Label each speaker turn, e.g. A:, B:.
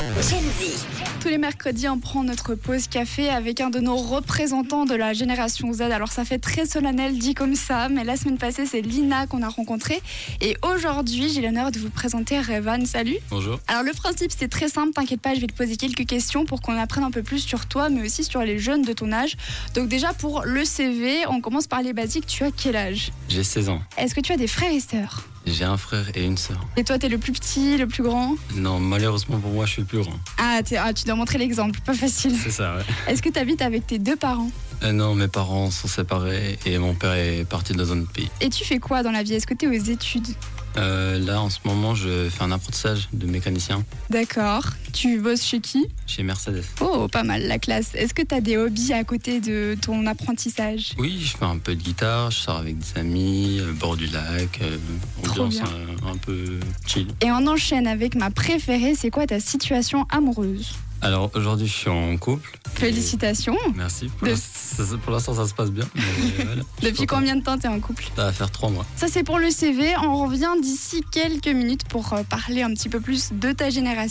A: Gen-Z.
B: Tous les mercredis, on prend notre pause café avec un de nos représentants de la génération Z. Alors ça fait très solennel dit comme ça, mais la semaine passée, c'est Lina qu'on a rencontrée. Et aujourd'hui, j'ai l'honneur de vous présenter Revan. Salut
C: Bonjour.
B: Alors le principe, c'est très simple, t'inquiète pas, je vais te poser quelques questions pour qu'on apprenne un peu plus sur toi, mais aussi sur les jeunes de ton âge. Donc déjà, pour le CV, on commence par les basiques. Tu as quel âge
C: J'ai 16 ans.
B: Est-ce que tu as des frères et sœurs
C: J'ai un frère et une sœur.
B: Et toi, t'es le plus petit, le plus grand
C: Non, malheureusement pour moi, je suis le plus grand.
B: ah, t'es- ah, tu dois montrer l'exemple, pas facile.
C: C'est ça, ouais.
B: Est-ce que t'habites avec tes deux parents
C: Euh, non, mes parents sont séparés et mon père est parti dans un autre pays.
B: Et tu fais quoi dans la vie Est-ce que tu es aux études
C: Euh, là, en ce moment, je fais un apprentissage de mécanicien
B: D'accord. Tu bosses chez qui
C: chez Mercedes.
B: Oh, pas mal la classe. Est-ce que tu as des hobbies à côté de ton apprentissage
C: Oui, je fais un peu de guitare, je sors avec des amis, euh, bord du lac, euh,
B: Trop
C: ambiance
B: bien.
C: euh, un peu chill.
B: Et on enchaîne avec ma préférée, c'est quoi ta situation amoureuse
C: Alors aujourd'hui, je suis en couple.
B: Félicitations
C: Et- Merci. Pour
B: De-
C: l'instant, ça- Pour l'instant, ça se passe bien. mais voilà, je suis
B: Depuis
C: content.
B: combien de temps t'es en couple
C: Ça va faire trois mois.
B: Ça c'est pour le CV, on revient d'ici quelques minutes pour euh, parler un petit peu plus de ta génération.